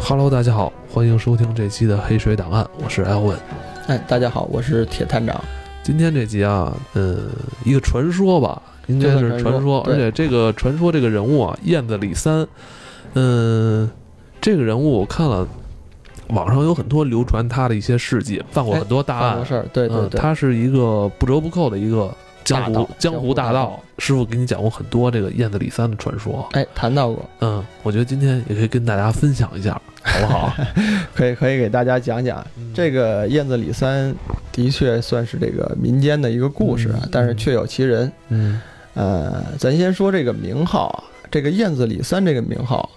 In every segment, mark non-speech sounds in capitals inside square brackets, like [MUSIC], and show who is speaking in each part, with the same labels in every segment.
Speaker 1: Hello，大家好，欢迎收听这期的《黑水档案》，我是 Elvin。
Speaker 2: 哎，大家好，我是铁探长。
Speaker 1: 今天这集啊，呃，一个传说吧，应该是
Speaker 2: 就算传
Speaker 1: 说，
Speaker 2: 说
Speaker 1: 而且这个传说这个人物啊，燕子李三，嗯、这个人物我看了，网上有很多流传他的一些事迹，犯过
Speaker 2: 哎
Speaker 1: 很多大
Speaker 2: 办
Speaker 1: 案
Speaker 2: 公，室，对对
Speaker 1: 嗯，
Speaker 2: 对，
Speaker 1: 他是一个不折不扣的一个江
Speaker 2: 大
Speaker 1: 湖
Speaker 2: 盗
Speaker 1: 江湖大
Speaker 2: 江湖大
Speaker 1: 盗。师傅给你讲过很多这个燕子李三的传说，
Speaker 2: 哎，谈到过，
Speaker 1: 嗯，我觉得今天也可以跟大家分享一下，好
Speaker 2: [LAUGHS]
Speaker 1: 不好？
Speaker 3: 可以可以给大家讲讲这
Speaker 1: 个
Speaker 3: 个燕子李三，的确算是这个民间的一个故事啊
Speaker 1: 嗯，
Speaker 3: 但是确有其人。
Speaker 1: 嗯
Speaker 3: 呃，咱先说这个名号啊，这个燕子李三这个名号，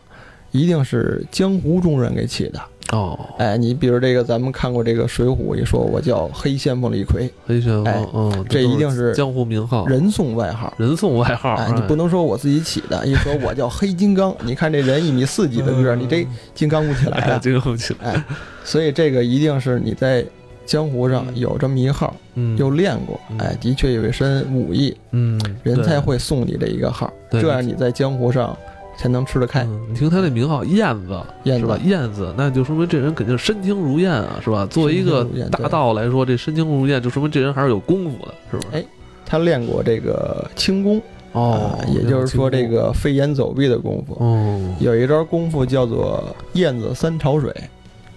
Speaker 3: 一定是江湖中人给起的。
Speaker 1: 哦，
Speaker 3: 哎，你比如这个，咱们看过这个《水浒》，一说我叫黑先锋李逵，
Speaker 1: 黑旋风
Speaker 3: 哎，
Speaker 1: 嗯，
Speaker 3: 这
Speaker 1: 都
Speaker 3: 一定是
Speaker 1: 江湖名号，
Speaker 3: 人送外号。
Speaker 1: 人送外号，啊
Speaker 3: 哎，你不能说我自己起的，一说我叫黑金刚，你看这人一米四几的个儿，
Speaker 1: 嗯
Speaker 3: 你这金刚不起来
Speaker 1: 哎 [LAUGHS]
Speaker 3: 啊。
Speaker 1: 这个不起来，
Speaker 3: 哎，所以这个一定是你在江湖上
Speaker 1: 嗯
Speaker 3: 有这么一号，
Speaker 1: 嗯，
Speaker 3: 又练过
Speaker 1: 嗯，
Speaker 3: 哎，的确有一身武艺，
Speaker 1: 嗯，
Speaker 3: 人才
Speaker 1: 对
Speaker 3: 会送你这一个号，
Speaker 1: 对
Speaker 3: 这样你在江湖上才能吃得开。
Speaker 1: 嗯，你听他这名号燕子，
Speaker 3: 燕
Speaker 1: 是吧
Speaker 3: 子？
Speaker 1: 燕子，那就说明这人肯定身轻如燕啊，是吧？作为一个
Speaker 3: 身轻如燕对
Speaker 1: 大盗来说，这身轻如燕，就说明这人还是有功夫的，是不是？
Speaker 3: 哎他练过这个轻功，
Speaker 1: 哦
Speaker 3: 啊，也就是说这
Speaker 1: 燕子
Speaker 3: 个飞檐走壁的功夫。
Speaker 1: 哦，
Speaker 3: 有一招功夫叫做燕子三潮水，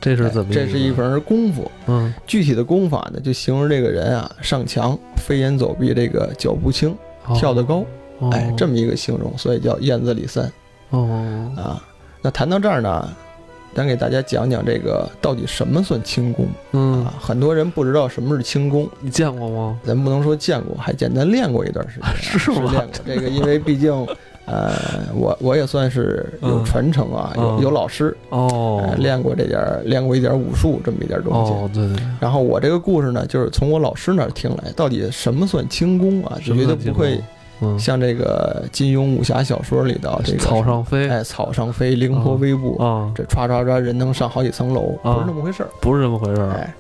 Speaker 1: 这是
Speaker 3: 哎
Speaker 1: 怎么？
Speaker 3: 这是一门功夫。
Speaker 1: 嗯
Speaker 3: 具体的功法呢，就形容这个人啊上墙飞檐走壁，这个脚步轻，跳得高，
Speaker 1: 哦
Speaker 3: 哎，这么一个形容，所以叫燕子李三
Speaker 1: 哦
Speaker 3: 啊。那谈到这儿呢，咱给大家讲讲这个到底什么算轻功。
Speaker 1: 嗯
Speaker 3: 啊，，很多人不知道什么是轻功，
Speaker 1: 你见过吗？
Speaker 3: 咱不能说见过，还简单练过一段时间啊、
Speaker 1: [LAUGHS] 是
Speaker 3: 是
Speaker 1: 吗
Speaker 3: 练过这个，因为毕竟，呃，我我也算是有传承啊，
Speaker 1: 嗯嗯
Speaker 3: 有有老师、
Speaker 1: 哦
Speaker 3: 呃，练过这点儿，练过一点儿武术这么一点儿东西。
Speaker 1: 哦，对对，对
Speaker 3: 然后我这个故事呢，就是从我老师那儿听来，到底什么算轻功啊？
Speaker 1: 什
Speaker 3: 绝
Speaker 1: 么
Speaker 3: 对
Speaker 1: 算
Speaker 3: 不会
Speaker 1: 轻功嗯，
Speaker 3: 像这个金庸武侠小说里头这个
Speaker 1: 草上飞
Speaker 3: 哎草上飞，凌波微步，
Speaker 1: 啊，
Speaker 3: 这唰唰唰人能上好几层楼，
Speaker 1: 啊
Speaker 3: 不是那么回事儿。
Speaker 1: 不是这么回事儿。
Speaker 3: 哎，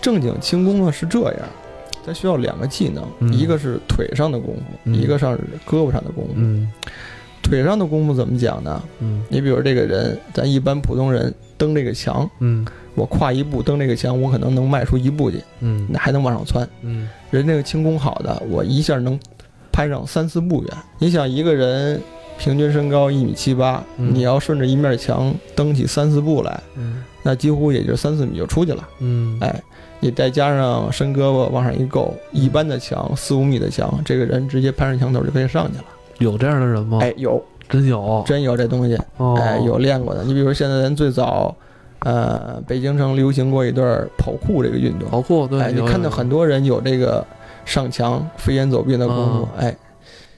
Speaker 3: 正经轻功呢是这样，它需要两个技能，
Speaker 1: 嗯
Speaker 3: 一个是腿上的功夫，
Speaker 1: 嗯
Speaker 3: 一个上是胳膊上的功夫。
Speaker 1: 嗯
Speaker 3: 腿上的功夫怎么讲呢？
Speaker 1: 嗯
Speaker 3: 你比如这个人，咱一般普通人蹬这个墙，
Speaker 1: 嗯
Speaker 3: 我跨一步蹬这个墙，我可能能迈出一步去，
Speaker 1: 嗯
Speaker 3: 那还能往上窜。
Speaker 1: 嗯
Speaker 3: 人这个轻功好的，我一下能攀上三四步远。你想一个人。平均身高一米七八，
Speaker 1: 嗯
Speaker 3: 你要顺着一面墙蹬起三四步来，
Speaker 1: 嗯
Speaker 3: 那几乎也就是三四米就出去了。
Speaker 1: 嗯，
Speaker 3: 哎，你再加上伸胳膊往上一够，一般的墙四五米的墙，这个人直接攀上墙头就可以上去了。
Speaker 1: 有这样的人吗？
Speaker 3: 哎，有
Speaker 1: 真有，
Speaker 3: 真有这东西，
Speaker 1: 哦，
Speaker 3: 哎，有练过的。你比如说现在咱最早，呃，北京城流行过一段跑酷这个运动，
Speaker 1: 跑酷，对，
Speaker 3: 哎，你
Speaker 1: 有
Speaker 3: 看
Speaker 1: 有
Speaker 3: 到
Speaker 1: 有
Speaker 3: 很多人有这个上墙飞檐走壁的功夫，
Speaker 1: 嗯
Speaker 3: 哎。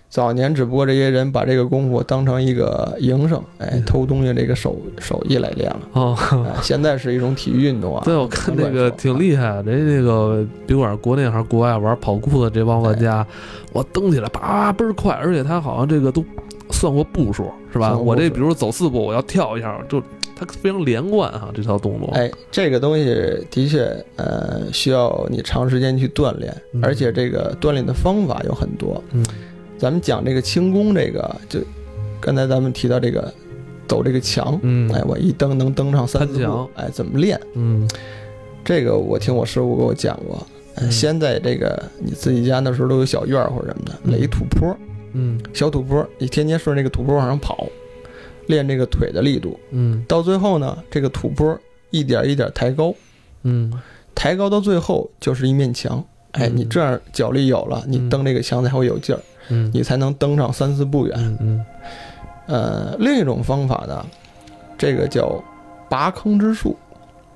Speaker 3: 早年只不过这些人把这个功夫当成一个营生，哎
Speaker 1: 嗯，
Speaker 3: 偷东西这个手手艺来练了。
Speaker 1: 哦，
Speaker 3: 哎，现在是一种体育运动
Speaker 1: [LAUGHS]
Speaker 3: 啊。
Speaker 1: 对，我看
Speaker 3: 不
Speaker 1: 那
Speaker 3: 能
Speaker 1: 个
Speaker 3: 乱说
Speaker 1: 挺
Speaker 3: 啊
Speaker 1: 厉害，人家那个别管是国内还是国外玩跑酷的这帮玩家，我蹬起来叭倍儿快，而且他好像这个都算过步数，是吧？
Speaker 3: 算过
Speaker 1: 我这
Speaker 3: 步数
Speaker 1: 比如走四步，我要跳一下，就他非常连贯哈、这套动作。，
Speaker 3: 哎，这个东西的确，呃，需要你长时间去锻炼
Speaker 1: 嗯，
Speaker 3: 而且这个锻炼的方法有很多。
Speaker 1: 嗯
Speaker 3: 咱们讲这个轻功，这个就刚才咱们提到这个走这个墙，
Speaker 1: 嗯，
Speaker 3: 哎，我一蹬能蹬上三
Speaker 1: 攀
Speaker 3: 四
Speaker 1: 墙
Speaker 3: 步，哎，怎么练？
Speaker 1: 嗯
Speaker 3: 这个我听我师傅给我讲过。哎
Speaker 1: 嗯
Speaker 3: 先在这个你自己家那时候都有小院儿或者什么的，垒一土坡，
Speaker 1: 嗯
Speaker 3: 小土坡，你天天顺着这个土坡往上跑，练这个腿的力度。
Speaker 1: 嗯
Speaker 3: 到最后呢，这个土坡一点一点抬高，
Speaker 1: 嗯
Speaker 3: 抬高到最后就是一面墙。哎，
Speaker 1: 嗯
Speaker 3: 你这样脚力有了，
Speaker 1: 嗯
Speaker 3: 你蹬这个墙才会有劲儿，
Speaker 1: 嗯，
Speaker 3: 你才能蹬上三四步远。
Speaker 1: 嗯嗯
Speaker 3: 呃，另一种方法呢，这个叫拔坑之术。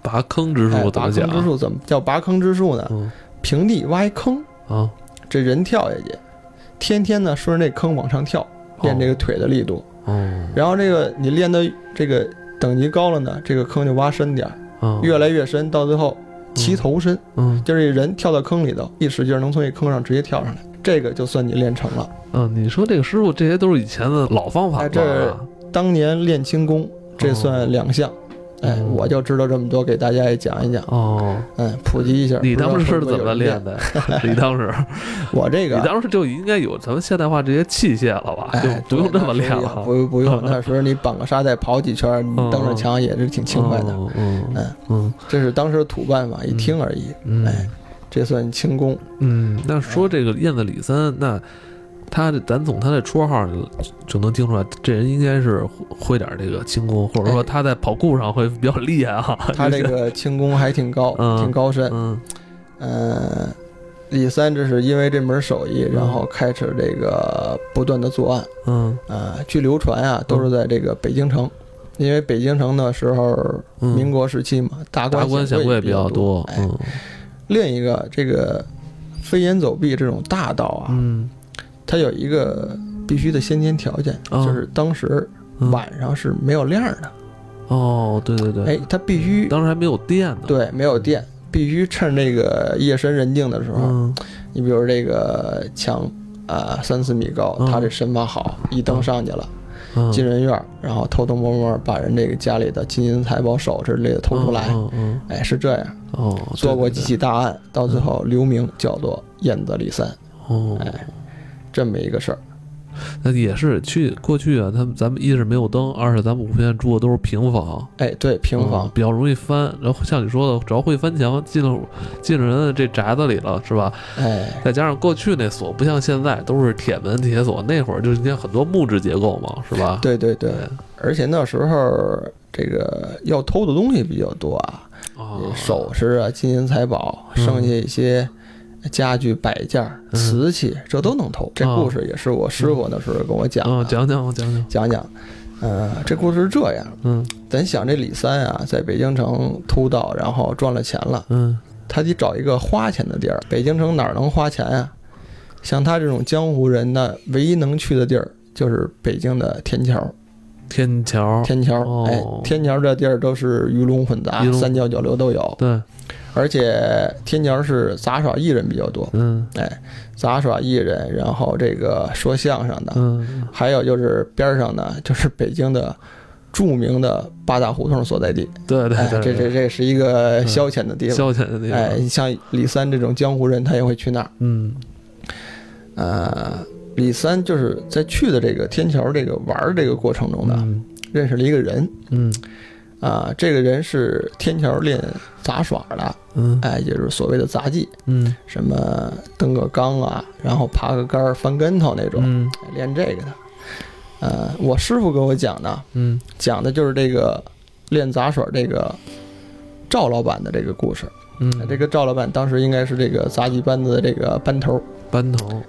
Speaker 1: 拔坑之
Speaker 3: 哎
Speaker 1: 术怎
Speaker 3: 拔
Speaker 1: 么讲啊
Speaker 3: 坑？之术怎么叫拔坑之术呢？
Speaker 1: 嗯
Speaker 3: 平地挖一坑，
Speaker 1: 啊，
Speaker 3: 这人跳下去，天天呢顺着这坑往上跳，练这个腿的力度。
Speaker 1: 哦
Speaker 3: 然后这个你练的这个等级高了呢，这个坑就挖深点儿，
Speaker 1: 哦，
Speaker 3: 越来越深，到最后齐头深。
Speaker 1: 嗯
Speaker 3: 就是人跳到坑里头，一使劲儿能从这坑上直接跳上来，这个就算你练成了。
Speaker 1: 嗯，你说这个师傅这些都是以前的老方法
Speaker 3: 哎
Speaker 1: 了
Speaker 3: 这
Speaker 1: 啊，
Speaker 3: 当年练轻功，这算两项。哎，
Speaker 1: 嗯
Speaker 3: 我就知道这么多，给大家也讲一讲，
Speaker 1: 哦，
Speaker 3: 嗯，普及一下。
Speaker 1: 你当时是
Speaker 3: 不知
Speaker 1: 怎
Speaker 3: 道会不会有
Speaker 1: 么
Speaker 3: 人
Speaker 1: 练
Speaker 3: 练？ [LAUGHS]
Speaker 1: 的？你当时，
Speaker 3: 我这
Speaker 1: 你
Speaker 3: 个，
Speaker 1: 当时就应该有咱们现代化这些器械了吧？就
Speaker 3: 哎，
Speaker 1: 不用这
Speaker 3: 对
Speaker 1: 么练
Speaker 3: 那时候
Speaker 1: 了
Speaker 3: 也。不不用，那时候你绑个沙袋跑几圈，你蹬着墙也是挺轻快的。
Speaker 1: 哦，嗯
Speaker 3: 嗯
Speaker 1: 嗯
Speaker 3: 这是当时的土办法，一听而已。
Speaker 1: 嗯
Speaker 3: 哎这算
Speaker 1: [LAUGHS]
Speaker 3: 轻功，
Speaker 1: 嗯。那说这个燕子李三，那他这咱从他的绰号就就能听出来，这人应该是会会点这个轻功，或者说
Speaker 3: 哎
Speaker 1: 他在跑酷上会比较厉害啊。
Speaker 3: 他这个轻功还挺高，
Speaker 1: [LAUGHS] 嗯
Speaker 3: 挺高深。
Speaker 1: 嗯
Speaker 3: 嗯，李三这是因为这门手艺，
Speaker 1: 嗯
Speaker 3: 然后开始这个不断的作案。
Speaker 1: 嗯
Speaker 3: 啊，据流传啊，都是在这个北京城，因为北京城那时候
Speaker 1: 嗯，
Speaker 3: 民国时期嘛，达
Speaker 1: 达官
Speaker 3: 显
Speaker 1: 显贵
Speaker 3: 贵
Speaker 1: 比
Speaker 3: 较
Speaker 1: 较多。
Speaker 3: 哎，
Speaker 1: 嗯
Speaker 3: 另一个这个飞檐走壁这种大盗啊，
Speaker 1: 嗯
Speaker 3: 它有一个必须的先天条件，
Speaker 1: 哦
Speaker 3: 就是当时
Speaker 1: 嗯
Speaker 3: 晚上是没有亮的，
Speaker 1: 哦，对对对，
Speaker 3: 哎，它必须
Speaker 1: 当时还没有电呢。
Speaker 3: 对没有电，必须趁这个夜深人静的时候，
Speaker 1: 嗯，
Speaker 3: 你比如这个墙。啊，三四米高，
Speaker 1: 嗯
Speaker 3: 他这身法好，
Speaker 1: 嗯
Speaker 3: 一蹬上去了，
Speaker 1: 嗯
Speaker 3: 进人院儿，然后偷偷摸摸把人这个家里的金银财宝、首饰之类的偷出来。
Speaker 1: 嗯嗯
Speaker 3: 哎，是这样，
Speaker 1: 嗯哦，
Speaker 3: 做过
Speaker 1: 对
Speaker 3: 几
Speaker 1: 对
Speaker 3: 起大案，到最后留名叫做燕子李三，
Speaker 1: 对
Speaker 3: 哎
Speaker 1: 哦，
Speaker 3: 这么一个事儿。
Speaker 1: 那也是去过去啊，他们咱们一是没有灯，二是咱们五线住的都是平房，
Speaker 3: 哎，对，平
Speaker 1: 嗯
Speaker 3: 房，
Speaker 1: 比较容易翻。然后像你说的，只要会翻墙，进了进了人的这宅子里了，是吧？
Speaker 3: 哎，
Speaker 1: 再加上过去那锁不像现在都是铁门铁锁，那会儿就是应该很多木质结构嘛，是吧？
Speaker 3: 对对对
Speaker 1: 对，
Speaker 3: 而且那时候这个要偷的东西比较多啊，
Speaker 1: 啊，
Speaker 3: 首饰啊、金银财宝，
Speaker 1: 嗯
Speaker 3: 剩下一些。家具摆件儿、
Speaker 1: 嗯
Speaker 3: 瓷器，这都能偷。这
Speaker 1: 哦
Speaker 3: 故事也是我师傅那时候跟我讲
Speaker 1: 啊，
Speaker 3: 的，
Speaker 1: 讲讲讲讲，
Speaker 3: 讲讲。呃，这故事是这样，
Speaker 1: 嗯
Speaker 3: 咱想这李三啊，在北京城偷盗，然后赚了钱了，
Speaker 1: 嗯
Speaker 3: 他得找一个花钱的地儿。北京城哪儿能花钱啊？像他这种江湖人呢，唯一能去的地儿就是北京的天桥。
Speaker 1: 天桥，
Speaker 3: 天桥，
Speaker 1: 哦
Speaker 3: 哎，天桥这地儿都是鱼龙混杂
Speaker 1: 鱼，龙
Speaker 3: 三教九流都有，
Speaker 1: 对，
Speaker 3: 而且天桥是杂耍艺人比较多，
Speaker 1: 嗯
Speaker 3: 哎，杂耍艺人，然后这个说相声的，
Speaker 1: 嗯
Speaker 3: 还有就是边儿上呢，就是北京的著名的八大胡同所在地。
Speaker 1: 对 [LAUGHS] 对
Speaker 3: 哎，
Speaker 1: 对，嗯
Speaker 3: 这这这是一个消遣的地方。
Speaker 1: 消遣的地方，
Speaker 3: 哎，像李三这种江湖人，他也会去那儿。
Speaker 1: 嗯
Speaker 3: 呃，李三就是在去的这个天桥这个玩儿这个过程中呢，
Speaker 1: 嗯
Speaker 3: 认识了一个人
Speaker 1: 嗯
Speaker 3: 啊、这个人是天桥练杂耍的，
Speaker 1: 嗯
Speaker 3: 哎，也就是所谓的杂技，
Speaker 1: 嗯
Speaker 3: 什么蹬个缸啊，然后爬个杆儿、翻跟头那种，
Speaker 1: 嗯
Speaker 3: 哎练这个的。呃，我师傅跟我讲呢，
Speaker 1: 嗯，
Speaker 3: 讲的就是这个练杂耍这个赵老板的这个故事。
Speaker 1: 嗯，
Speaker 3: 哎这个赵老板当时应该是这个杂技班子的这个班头，
Speaker 1: 班头，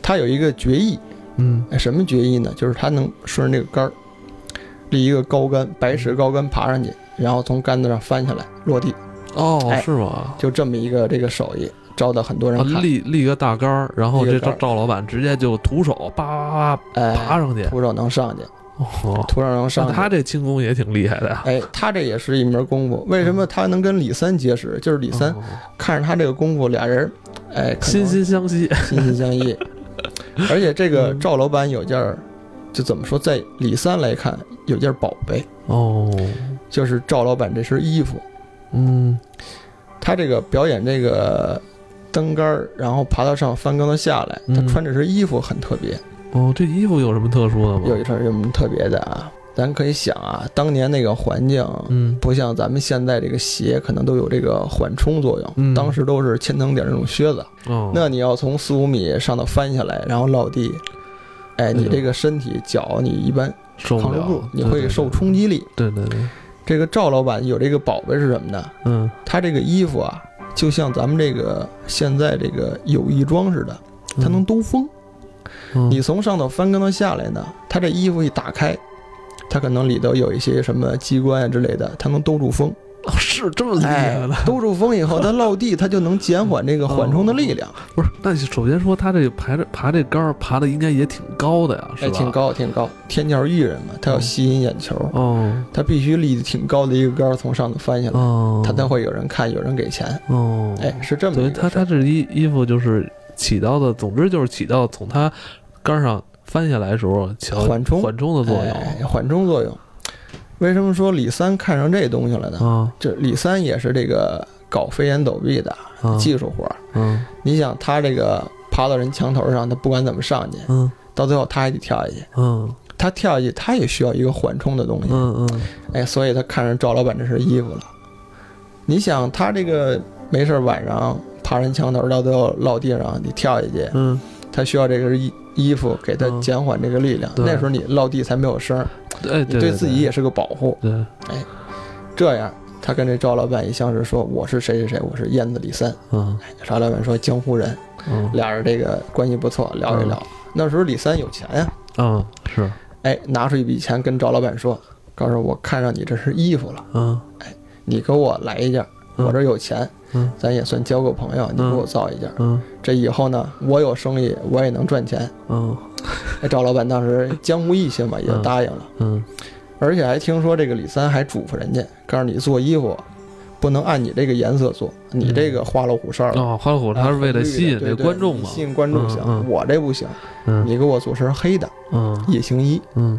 Speaker 3: 他有一个绝艺，
Speaker 1: 嗯
Speaker 3: 哎什么绝艺呢？就是他能顺着这个杆儿，立一个高杆，白石高杆爬上去，然后从杆子上翻下来落地，
Speaker 1: 哦，
Speaker 3: 哎
Speaker 1: 是吗？
Speaker 3: 就这么一个这个手艺，招到很多人
Speaker 1: 啊
Speaker 3: 看。
Speaker 1: 立立个大杆儿，然后
Speaker 3: 立
Speaker 1: 这
Speaker 3: 个
Speaker 1: 赵
Speaker 3: 杆儿
Speaker 1: 赵老板直接就徒手叭叭叭爬
Speaker 3: 哎，
Speaker 1: 上去，
Speaker 3: 徒手能上去，
Speaker 1: 哦，
Speaker 3: 徒手能上
Speaker 1: 那
Speaker 3: 去。
Speaker 1: 他这轻功也挺厉害的啊呀。
Speaker 3: 哎，他这也是一门功夫。为什么他能跟李三结识？就是李三
Speaker 1: 哦
Speaker 3: 看着他这个功夫，俩人，哎，可
Speaker 1: 心
Speaker 3: 能
Speaker 1: 心相惜，
Speaker 3: 心心
Speaker 1: [LAUGHS]
Speaker 3: 相印。而且这个
Speaker 1: 嗯
Speaker 3: 赵老板有件儿，就怎么说，在李三来看有件宝贝，
Speaker 1: 哦，
Speaker 3: 就是赵老板这身衣服。
Speaker 1: 嗯
Speaker 3: 他这个表演这个登杆儿，然后爬到上翻跟头下来，
Speaker 1: 嗯
Speaker 3: 他穿这身衣服很特别，
Speaker 1: 哦，这衣服有什么特殊的吗？
Speaker 3: 有一身有什么特别的啊？咱可以想啊，当年那个环境。
Speaker 1: 嗯
Speaker 3: 不像咱们现在这个鞋，可能都有这个缓冲作用。
Speaker 1: 嗯
Speaker 3: 当时都是千层底儿那种靴子，
Speaker 1: 哦，
Speaker 3: 那你要从四五米上头翻下来，然后落地，哎，你
Speaker 1: 哎呦
Speaker 3: 这个身体脚你一般
Speaker 1: 受
Speaker 3: 扛
Speaker 1: 不
Speaker 3: 不
Speaker 1: 了
Speaker 3: 住，，你会受冲击力。
Speaker 1: 对。对对对，对
Speaker 3: 这个赵老板有这个宝贝是什么呢？
Speaker 1: 嗯，
Speaker 3: 他这个衣服啊，就像咱们这个现在这个友谊装似的，它能兜风。
Speaker 1: 嗯
Speaker 3: 你从上头翻跟头下来呢，他这衣服一打开，它可能里头有一些什么机关啊之类的，它能兜住风。
Speaker 1: 哦是这么厉害的。
Speaker 3: 哎兜住风以后，它落地，它就能减缓这个缓冲的力量。
Speaker 1: 不是，那首先说他这爬这爬这杆儿爬的应该也挺高的呀，是
Speaker 3: 哎，
Speaker 1: 吧？
Speaker 3: 挺。高，挺高。嗯天桥艺人嘛，他要吸引眼球，
Speaker 1: 哦
Speaker 3: 他必须立得挺高的一个杆儿从上头翻下来，
Speaker 1: 哦，
Speaker 3: 他才会有人看，有人给钱。
Speaker 1: 哦，
Speaker 3: 哎，是这么
Speaker 1: 等于
Speaker 3: 一
Speaker 1: 他
Speaker 3: 个事
Speaker 1: 他
Speaker 3: 儿。
Speaker 1: 这衣衣服就是起到的，总之就是起到从他杆儿上翻下来的时候起到
Speaker 3: 缓冲
Speaker 1: 缓冲的作用。
Speaker 3: 哎，缓冲作用。为什么说李三看上这东西了呢？
Speaker 1: 啊
Speaker 3: 这李三也是这个搞飞檐走壁的
Speaker 1: 啊，
Speaker 3: 技术活儿。
Speaker 1: 嗯
Speaker 3: 你想，他这个爬到人墙头上，他不管怎么上去，
Speaker 1: 嗯
Speaker 3: 到最后他还得跳下去。
Speaker 1: 嗯
Speaker 3: 他跳下去，他也需要一个缓冲的东西。
Speaker 1: 嗯
Speaker 3: 哎，所以他看上赵老板这身衣服了。你想，他这个没事儿晚上爬人墙头，到最后落地上，你跳下去，
Speaker 1: 嗯，
Speaker 3: 他需要这个衣衣服给他
Speaker 1: 嗯
Speaker 3: 减缓这个力量。
Speaker 1: 对
Speaker 3: 那时候你落地才没有声儿，
Speaker 1: 哎，
Speaker 3: 你对自己也是个保护。
Speaker 1: 对，
Speaker 3: 这样，他跟这赵老板一相识，说我是谁谁谁，我是燕子李三。
Speaker 1: 嗯
Speaker 3: 赵老板说江湖人，
Speaker 1: 嗯
Speaker 3: 俩人这个关系不错，聊一聊。那时候李三有钱呀、
Speaker 1: 嗯是，
Speaker 3: 哎，拿出一笔钱跟赵老板说，告诉我看上你这身衣服了，
Speaker 1: 嗯
Speaker 3: 你给我来一件，
Speaker 1: 嗯
Speaker 3: 我这儿有钱，
Speaker 1: 嗯
Speaker 3: 咱也算交个朋友，你给
Speaker 1: 嗯
Speaker 3: 我造一件，
Speaker 1: 嗯
Speaker 3: 这以后呢，我有生意，我也能赚钱。
Speaker 1: 嗯
Speaker 3: 哎，赵老板当时江湖义气嘛，也就
Speaker 1: 嗯
Speaker 3: 答应了，
Speaker 1: 嗯
Speaker 3: 而且还听说这个李三还嘱咐人家，告诉你做衣服。不能按你这个颜色做，你这个花里胡哨的。
Speaker 1: 嗯哦，花火它是为了吸引这观众嘛
Speaker 3: 对对你，吸引观众行，
Speaker 1: 嗯嗯
Speaker 3: 我这不行，
Speaker 1: 嗯
Speaker 3: 你给我做身黑的
Speaker 1: 嗯
Speaker 3: 夜行衣。
Speaker 1: 嗯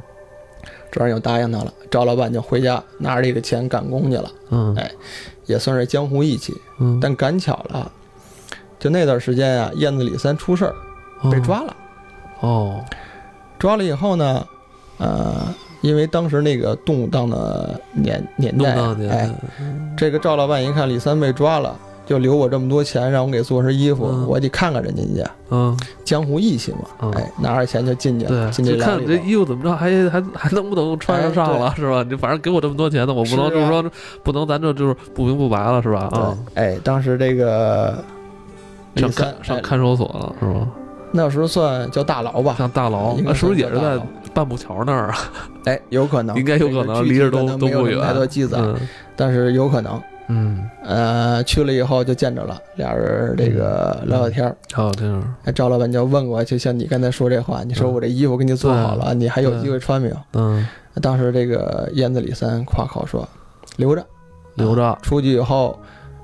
Speaker 3: 这样就答应他了。赵老板就回家拿着这个钱赶工去了，
Speaker 1: 嗯
Speaker 3: 也算是江湖义气。
Speaker 1: 嗯，
Speaker 3: 但赶巧了，就那段时间啊，燕子李三出事儿被抓了。
Speaker 1: 哦，
Speaker 3: 抓了以后呢，呃，因为当时那个动荡的年年
Speaker 1: 弄
Speaker 3: 代
Speaker 1: 到
Speaker 3: 啊，
Speaker 1: 你，
Speaker 3: 哎，这个赵老板一看李三被抓了，就留我这么多钱，让我给做身衣服，
Speaker 1: 嗯
Speaker 3: 我得看看人家家
Speaker 1: 嗯
Speaker 3: 江湖义气嘛。
Speaker 1: 嗯。
Speaker 3: 哎，拿着钱就进去了，
Speaker 1: 对，
Speaker 3: 进这
Speaker 1: 就看
Speaker 3: 牢
Speaker 1: 你这
Speaker 3: 里头。哎
Speaker 1: 衣服怎么着，还还还能不能穿上上了、是吧？你反正给我这么多钱呢，我不能
Speaker 3: 是
Speaker 1: 就
Speaker 3: 啊
Speaker 1: 是说、不能咱这就是不明不白了是吧？啊，
Speaker 3: 对，哎，当时这个李
Speaker 1: 上
Speaker 3: 三
Speaker 1: 看上
Speaker 3: 哎
Speaker 1: 看守所了是吧？
Speaker 3: 那时候算叫大牢吧，
Speaker 1: 上大牢，
Speaker 3: 应
Speaker 1: 那
Speaker 3: 该
Speaker 1: 是不是也
Speaker 3: 算
Speaker 1: 是
Speaker 3: 大
Speaker 1: 在
Speaker 3: 牢
Speaker 1: 半步桥那儿啊？
Speaker 3: 哎，有可能，
Speaker 1: 应该有可能
Speaker 3: 这个具体
Speaker 1: 离着都
Speaker 3: 可能
Speaker 1: 都
Speaker 3: 没有
Speaker 1: 不
Speaker 3: 什么
Speaker 1: 远
Speaker 3: 太多记载，
Speaker 1: 嗯
Speaker 3: 但是有可能。
Speaker 1: 嗯，
Speaker 3: 呃，去了以后就见着了，俩人这个聊聊天儿。
Speaker 1: 哦这样，
Speaker 3: 哎，赵老板就问过，就像你刚才说这话，你说
Speaker 1: 嗯
Speaker 3: 我这衣服给你做好了，你还有
Speaker 1: 对
Speaker 3: 机会穿没有？
Speaker 1: 嗯，
Speaker 3: 当时这个燕子李三夸口说，留着，
Speaker 1: 留着
Speaker 3: 出去以后。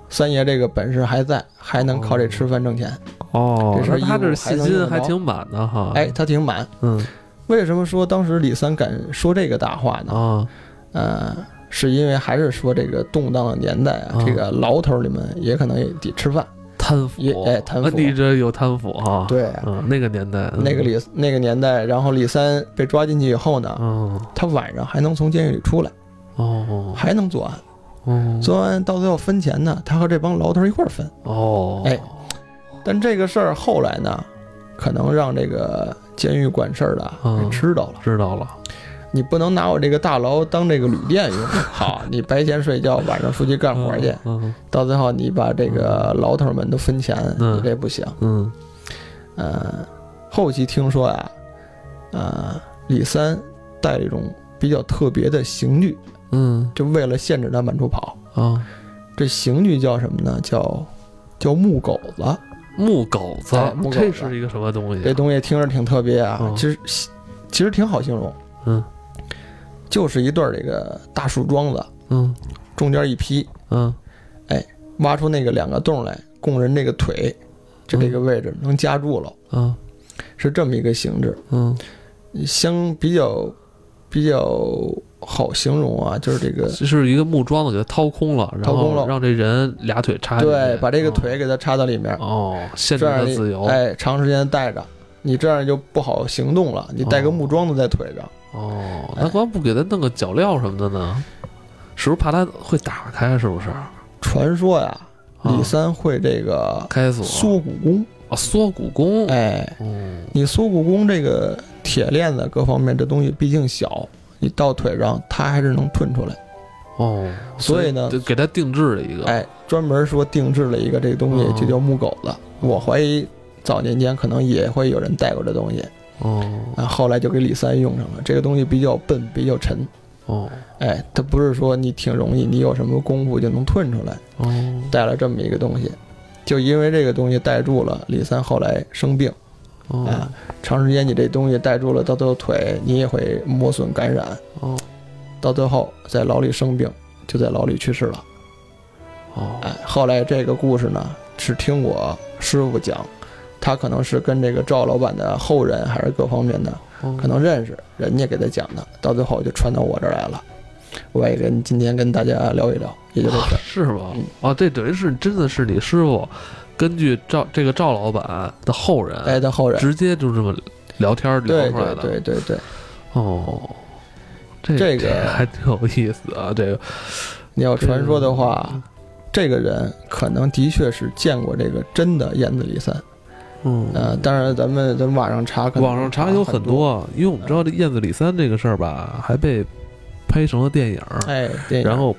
Speaker 3: 三爷这个本事还在，还能靠这吃饭挣钱。
Speaker 1: 哦
Speaker 3: 这，身
Speaker 1: 那他
Speaker 3: 衣服
Speaker 1: 这
Speaker 3: 还
Speaker 1: 信
Speaker 3: 能
Speaker 1: 心
Speaker 3: 用
Speaker 1: 还
Speaker 3: 着
Speaker 1: 挺满的哈。
Speaker 3: 哎，，他挺满。
Speaker 1: 嗯
Speaker 3: 为什么说当时李三敢说这个大话呢？
Speaker 1: 啊，
Speaker 3: 呃，是因为还是说这个动荡的年代啊，
Speaker 1: 啊
Speaker 3: 这个牢头里面也可能也得吃饭。
Speaker 1: 贪腐
Speaker 3: 也，哎贪
Speaker 1: 啊
Speaker 3: 腐
Speaker 1: 你这有贪腐哈？，
Speaker 3: 对，
Speaker 1: 嗯，那个年代，嗯
Speaker 3: 那个，李那个年代，然后李三被抓进去以后呢，
Speaker 1: 嗯，
Speaker 3: 他晚上还能从监狱里出来，
Speaker 1: 哦
Speaker 3: 还能作案。
Speaker 1: 哦
Speaker 3: 作完到最后分钱呢，他和这帮牢头一块儿分。
Speaker 1: 哦，
Speaker 3: 哎但这个事儿后来呢，可能让这个监狱管事儿的
Speaker 1: 嗯
Speaker 3: 给知道了，
Speaker 1: 知道了，
Speaker 3: 你不能拿我这个大牢当这个旅
Speaker 1: [LAUGHS]
Speaker 3: 店用。好，你白天睡觉，晚上出去干活去，
Speaker 1: 嗯
Speaker 3: 到最后你把这个牢头们都分钱，
Speaker 1: 嗯
Speaker 3: 你这不行。
Speaker 1: 嗯
Speaker 3: 呃，后期听说呀、啊，呃，李三带这种比较特别的刑具，
Speaker 1: 嗯
Speaker 3: 就为了限制他满处跑。
Speaker 1: 啊，
Speaker 3: 这刑具叫什么呢？叫叫木狗子。
Speaker 1: 木狗子
Speaker 3: 哎木，狗
Speaker 1: 这
Speaker 3: 子
Speaker 1: 是一个什么东西
Speaker 3: 这
Speaker 1: 啊？
Speaker 3: 东西听着挺特别啊，
Speaker 1: 嗯
Speaker 3: 其实其实挺好形容，
Speaker 1: 嗯
Speaker 3: 就是一段这个大树桩子，
Speaker 1: 嗯
Speaker 3: 中间一劈，
Speaker 1: 嗯
Speaker 3: 挖出那个两个洞来，供人这个腿，就这个位置能夹住了，
Speaker 1: 嗯
Speaker 3: 是这么一个形制。
Speaker 1: 嗯，
Speaker 3: 相比较比较好形容啊，就是这个
Speaker 1: 这嗯是一个木桩子给它掏空了，然
Speaker 3: 掏空
Speaker 1: 后
Speaker 3: 了
Speaker 1: 让这人俩腿插进去，
Speaker 3: 对，把这个
Speaker 1: 嗯
Speaker 3: 腿给它插到里面，
Speaker 1: 哦限制
Speaker 3: 这
Speaker 1: 他
Speaker 3: 样
Speaker 1: 自由
Speaker 3: 你，哎，长时间戴着，你这样就不好行动了。你戴个
Speaker 1: 哦
Speaker 3: 木桩子在腿上，
Speaker 1: 哦，
Speaker 3: 哎
Speaker 1: 那光不给他弄个脚镣什么的呢？是不是怕他会打开？是不是？
Speaker 3: 传说呀，
Speaker 1: 啊
Speaker 3: 李三会这个
Speaker 1: 开锁
Speaker 3: 缩骨功，
Speaker 1: 啊，缩骨功，
Speaker 3: 哎，
Speaker 1: 哦，
Speaker 3: 你缩骨功这个铁链子各方面这东西毕竟小，你到腿上它还是能吞出来。
Speaker 1: 哦，
Speaker 3: 所以呢
Speaker 1: 就给他定制了一个，
Speaker 3: 哎，专门说定制了一个这个东西
Speaker 1: 哦，
Speaker 3: 就叫木狗子。我怀疑早年间可能也会有人戴过这东西，
Speaker 1: 哦
Speaker 3: 啊，后来就给李三用上了。这个东西比较笨，比较沉。
Speaker 1: 哦
Speaker 3: 哎，它不是说你挺容易，你有什么功夫就能吞出来，
Speaker 1: 哦
Speaker 3: 带了这么一个东西，就因为这个东西带住了，李三后来生病
Speaker 1: 哦
Speaker 3: 啊，长时间你这东西带住了，到最后腿你也会磨损感染，
Speaker 1: 哦
Speaker 3: 到最后在牢里生病，就在牢里去世了。
Speaker 1: 哦，
Speaker 3: 哎，后来这个故事呢，是听我师傅讲，他可能是跟这个赵老板的后人还是各方面的
Speaker 1: 哦
Speaker 3: 可能认识，人家给他讲的，到最后就传到我这儿来了。我也跟今天跟大家聊一聊，也就这事
Speaker 1: 是
Speaker 3: 儿。
Speaker 1: 吗
Speaker 3: 嗯？
Speaker 1: 啊，这等于是真的是你师傅根据赵这个赵老板的后人，
Speaker 3: 哎，的后人，
Speaker 1: 直接就这么聊天儿聊
Speaker 3: 对
Speaker 1: 出来
Speaker 3: 对
Speaker 1: 的。
Speaker 3: 对对对，
Speaker 1: 哦，这
Speaker 3: 这个
Speaker 1: [LAUGHS] 还挺有意思啊，这个
Speaker 3: 你要传说的话，，这个人可能的确是见过这个真的燕子李三。
Speaker 1: 嗯，
Speaker 3: 呃，当然咱们咱们网上查，可能
Speaker 1: 网上查有
Speaker 3: 很
Speaker 1: 很。多，因为我们知道这燕子李三这个事儿吧，还被拍成了电影儿，
Speaker 3: 哎，电影
Speaker 1: 然后。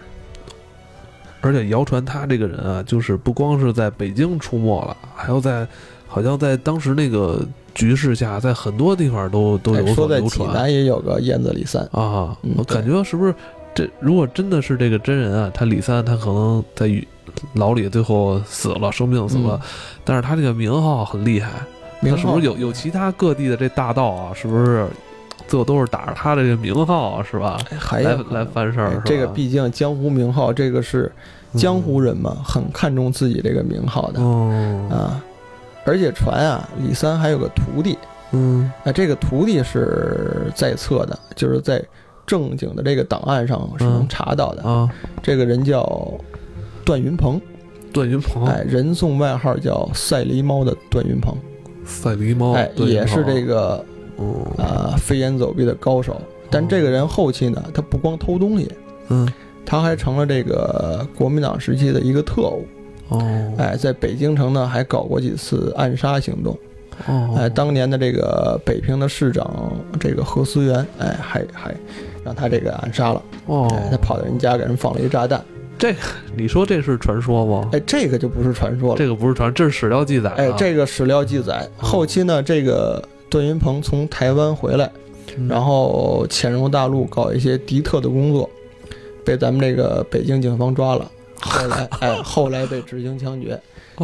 Speaker 1: 而且谣传他这个人啊，就是不光是在北京出没了，还要在，好像在当时那个局势下，在很多地方都都有
Speaker 3: 哎
Speaker 1: 所
Speaker 3: 说在
Speaker 1: 流
Speaker 3: 济
Speaker 1: 传。
Speaker 3: 南也有个燕子李三，
Speaker 1: 啊，
Speaker 3: 嗯
Speaker 1: 我
Speaker 3: 对
Speaker 1: 感觉是不是这如果真的是这个真人啊，他李三他可能在狱牢里最后死了，生病死了，但是他这个名号很厉害，
Speaker 3: 嗯名
Speaker 1: 他是不
Speaker 3: 号
Speaker 1: 是有有其他各地的这大盗啊？是不是最后都是打着他的这个名号啊？是吧？
Speaker 3: 哎还有
Speaker 1: 来
Speaker 3: 可能
Speaker 1: 来犯事儿、
Speaker 3: 哎
Speaker 1: 是吧
Speaker 3: 这个毕竟江湖名号，这个是江湖人嘛，很看重自己这个名号的
Speaker 1: 嗯
Speaker 3: 啊。而且传啊，李三还有个徒弟，
Speaker 1: 嗯
Speaker 3: 啊，这个徒弟是在册的，就是在正经的这个档案上是能
Speaker 1: 嗯
Speaker 3: 查到的。
Speaker 1: 啊，
Speaker 3: 这个人叫段云鹏，
Speaker 1: 段云鹏、
Speaker 3: 哎，人送外号叫“赛狸猫”的段云鹏，
Speaker 1: 赛狸猫，
Speaker 3: 哎，
Speaker 1: 哦段云
Speaker 3: 也是
Speaker 1: 鹏
Speaker 3: 这个
Speaker 1: 嗯
Speaker 3: 啊飞檐走壁的高
Speaker 1: 哦
Speaker 3: 手。但这个人后期呢，他不光偷东西，
Speaker 1: 嗯
Speaker 3: 他还成了这个国民党时期的一个特务。
Speaker 1: 哦
Speaker 3: 哎，在北京城呢，还搞过几次暗杀行动。
Speaker 1: 哦
Speaker 3: 哎，当年的这个北平的市长这个何思源，哎，还还让他这个暗杀了。
Speaker 1: 哦
Speaker 3: 哎，，他跑到人家给人放了一炸弹。
Speaker 1: 你说这是传说吗？
Speaker 3: 哎，这个就不是传说了。
Speaker 1: 这个不是传，这是史料记载、啊。
Speaker 3: 哎，这个史料记载，
Speaker 1: 嗯
Speaker 3: 后期呢，这个段云鹏从台湾回来，
Speaker 1: 嗯
Speaker 3: 然后潜入大陆搞一些敌特的工作，被咱们这个北京警方抓
Speaker 1: [LAUGHS]
Speaker 3: 了。后来，哎，后来被执行枪决。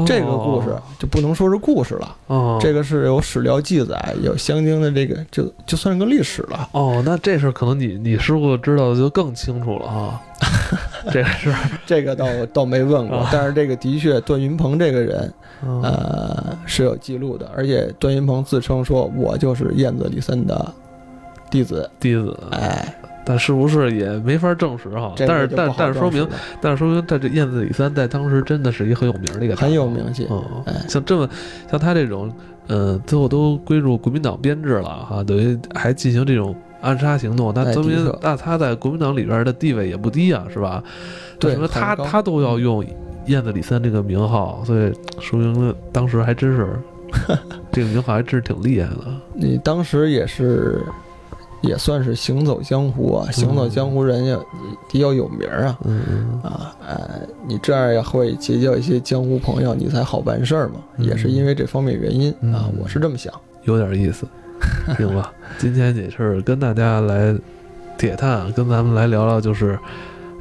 Speaker 3: 这个故事就不能说是故事了，
Speaker 1: 哦，
Speaker 3: 这个是有史料记载，有相应的这个，就就算是个历史了。
Speaker 1: 哦，那这事儿可能你你师傅知道的就更清楚了
Speaker 3: [LAUGHS]
Speaker 1: 哈。这个是，
Speaker 3: 这个倒倒没问过
Speaker 1: 啊，
Speaker 3: 但是这个的确，段云鹏这个人，
Speaker 1: 嗯
Speaker 3: 呃，是有记录的，而且段云鹏自称说我就是燕子李三的弟子，
Speaker 1: 弟子，
Speaker 3: 哎，
Speaker 1: 但是不是也没法证实哈。
Speaker 3: 这
Speaker 1: 但是
Speaker 3: 个就不
Speaker 1: 但
Speaker 3: 好
Speaker 1: 但是说
Speaker 3: 证
Speaker 1: 明
Speaker 3: 实，了
Speaker 1: 但是说明，在这燕子李三在当时真的是一个很有名儿的一个大
Speaker 3: 很有
Speaker 1: 佬。
Speaker 3: 名气，
Speaker 1: 嗯，
Speaker 3: 哎
Speaker 1: 像这么像他这种，呃，最后都归入国民党编制了哈，等于还进行这种暗杀行动，那
Speaker 3: 哎
Speaker 1: 说明
Speaker 3: 的确
Speaker 1: 那他在国民党里边的地位也不低啊，是吧？
Speaker 3: 对
Speaker 1: 那说明他
Speaker 3: 很高
Speaker 1: 他都要用燕子李三这个名号，所以说明了当时还
Speaker 3: [LAUGHS]
Speaker 1: 真是这个名号还真是挺厉害的。
Speaker 3: 你当时也是。也算是行走江湖啊，行走江湖人要得要有名儿啊
Speaker 1: 嗯，
Speaker 3: 啊！哎，你这样也会结交一些江湖朋友，你才好办事儿嘛。
Speaker 1: 嗯
Speaker 3: 也是因为这方面原因啊
Speaker 1: 嗯，
Speaker 3: 我是这么想。
Speaker 1: 有点意
Speaker 3: [LAUGHS]
Speaker 1: 思，行吧？今天也是跟大家来铁探，啊跟咱们来聊聊就是。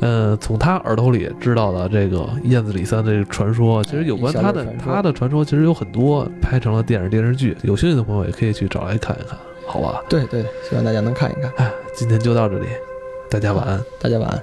Speaker 1: 呃，从他耳朵里知道的这个燕子李三这个传说，其实有关他的
Speaker 3: 哎一小段传说
Speaker 1: 他的传说，其实有很多拍成了电影电视剧，有兴趣的朋友也可以去找来看一看，好吧？
Speaker 3: 对对，希望大家能看一看。
Speaker 1: 哎，今天就到这里，大家晚安。
Speaker 3: 大家晚安。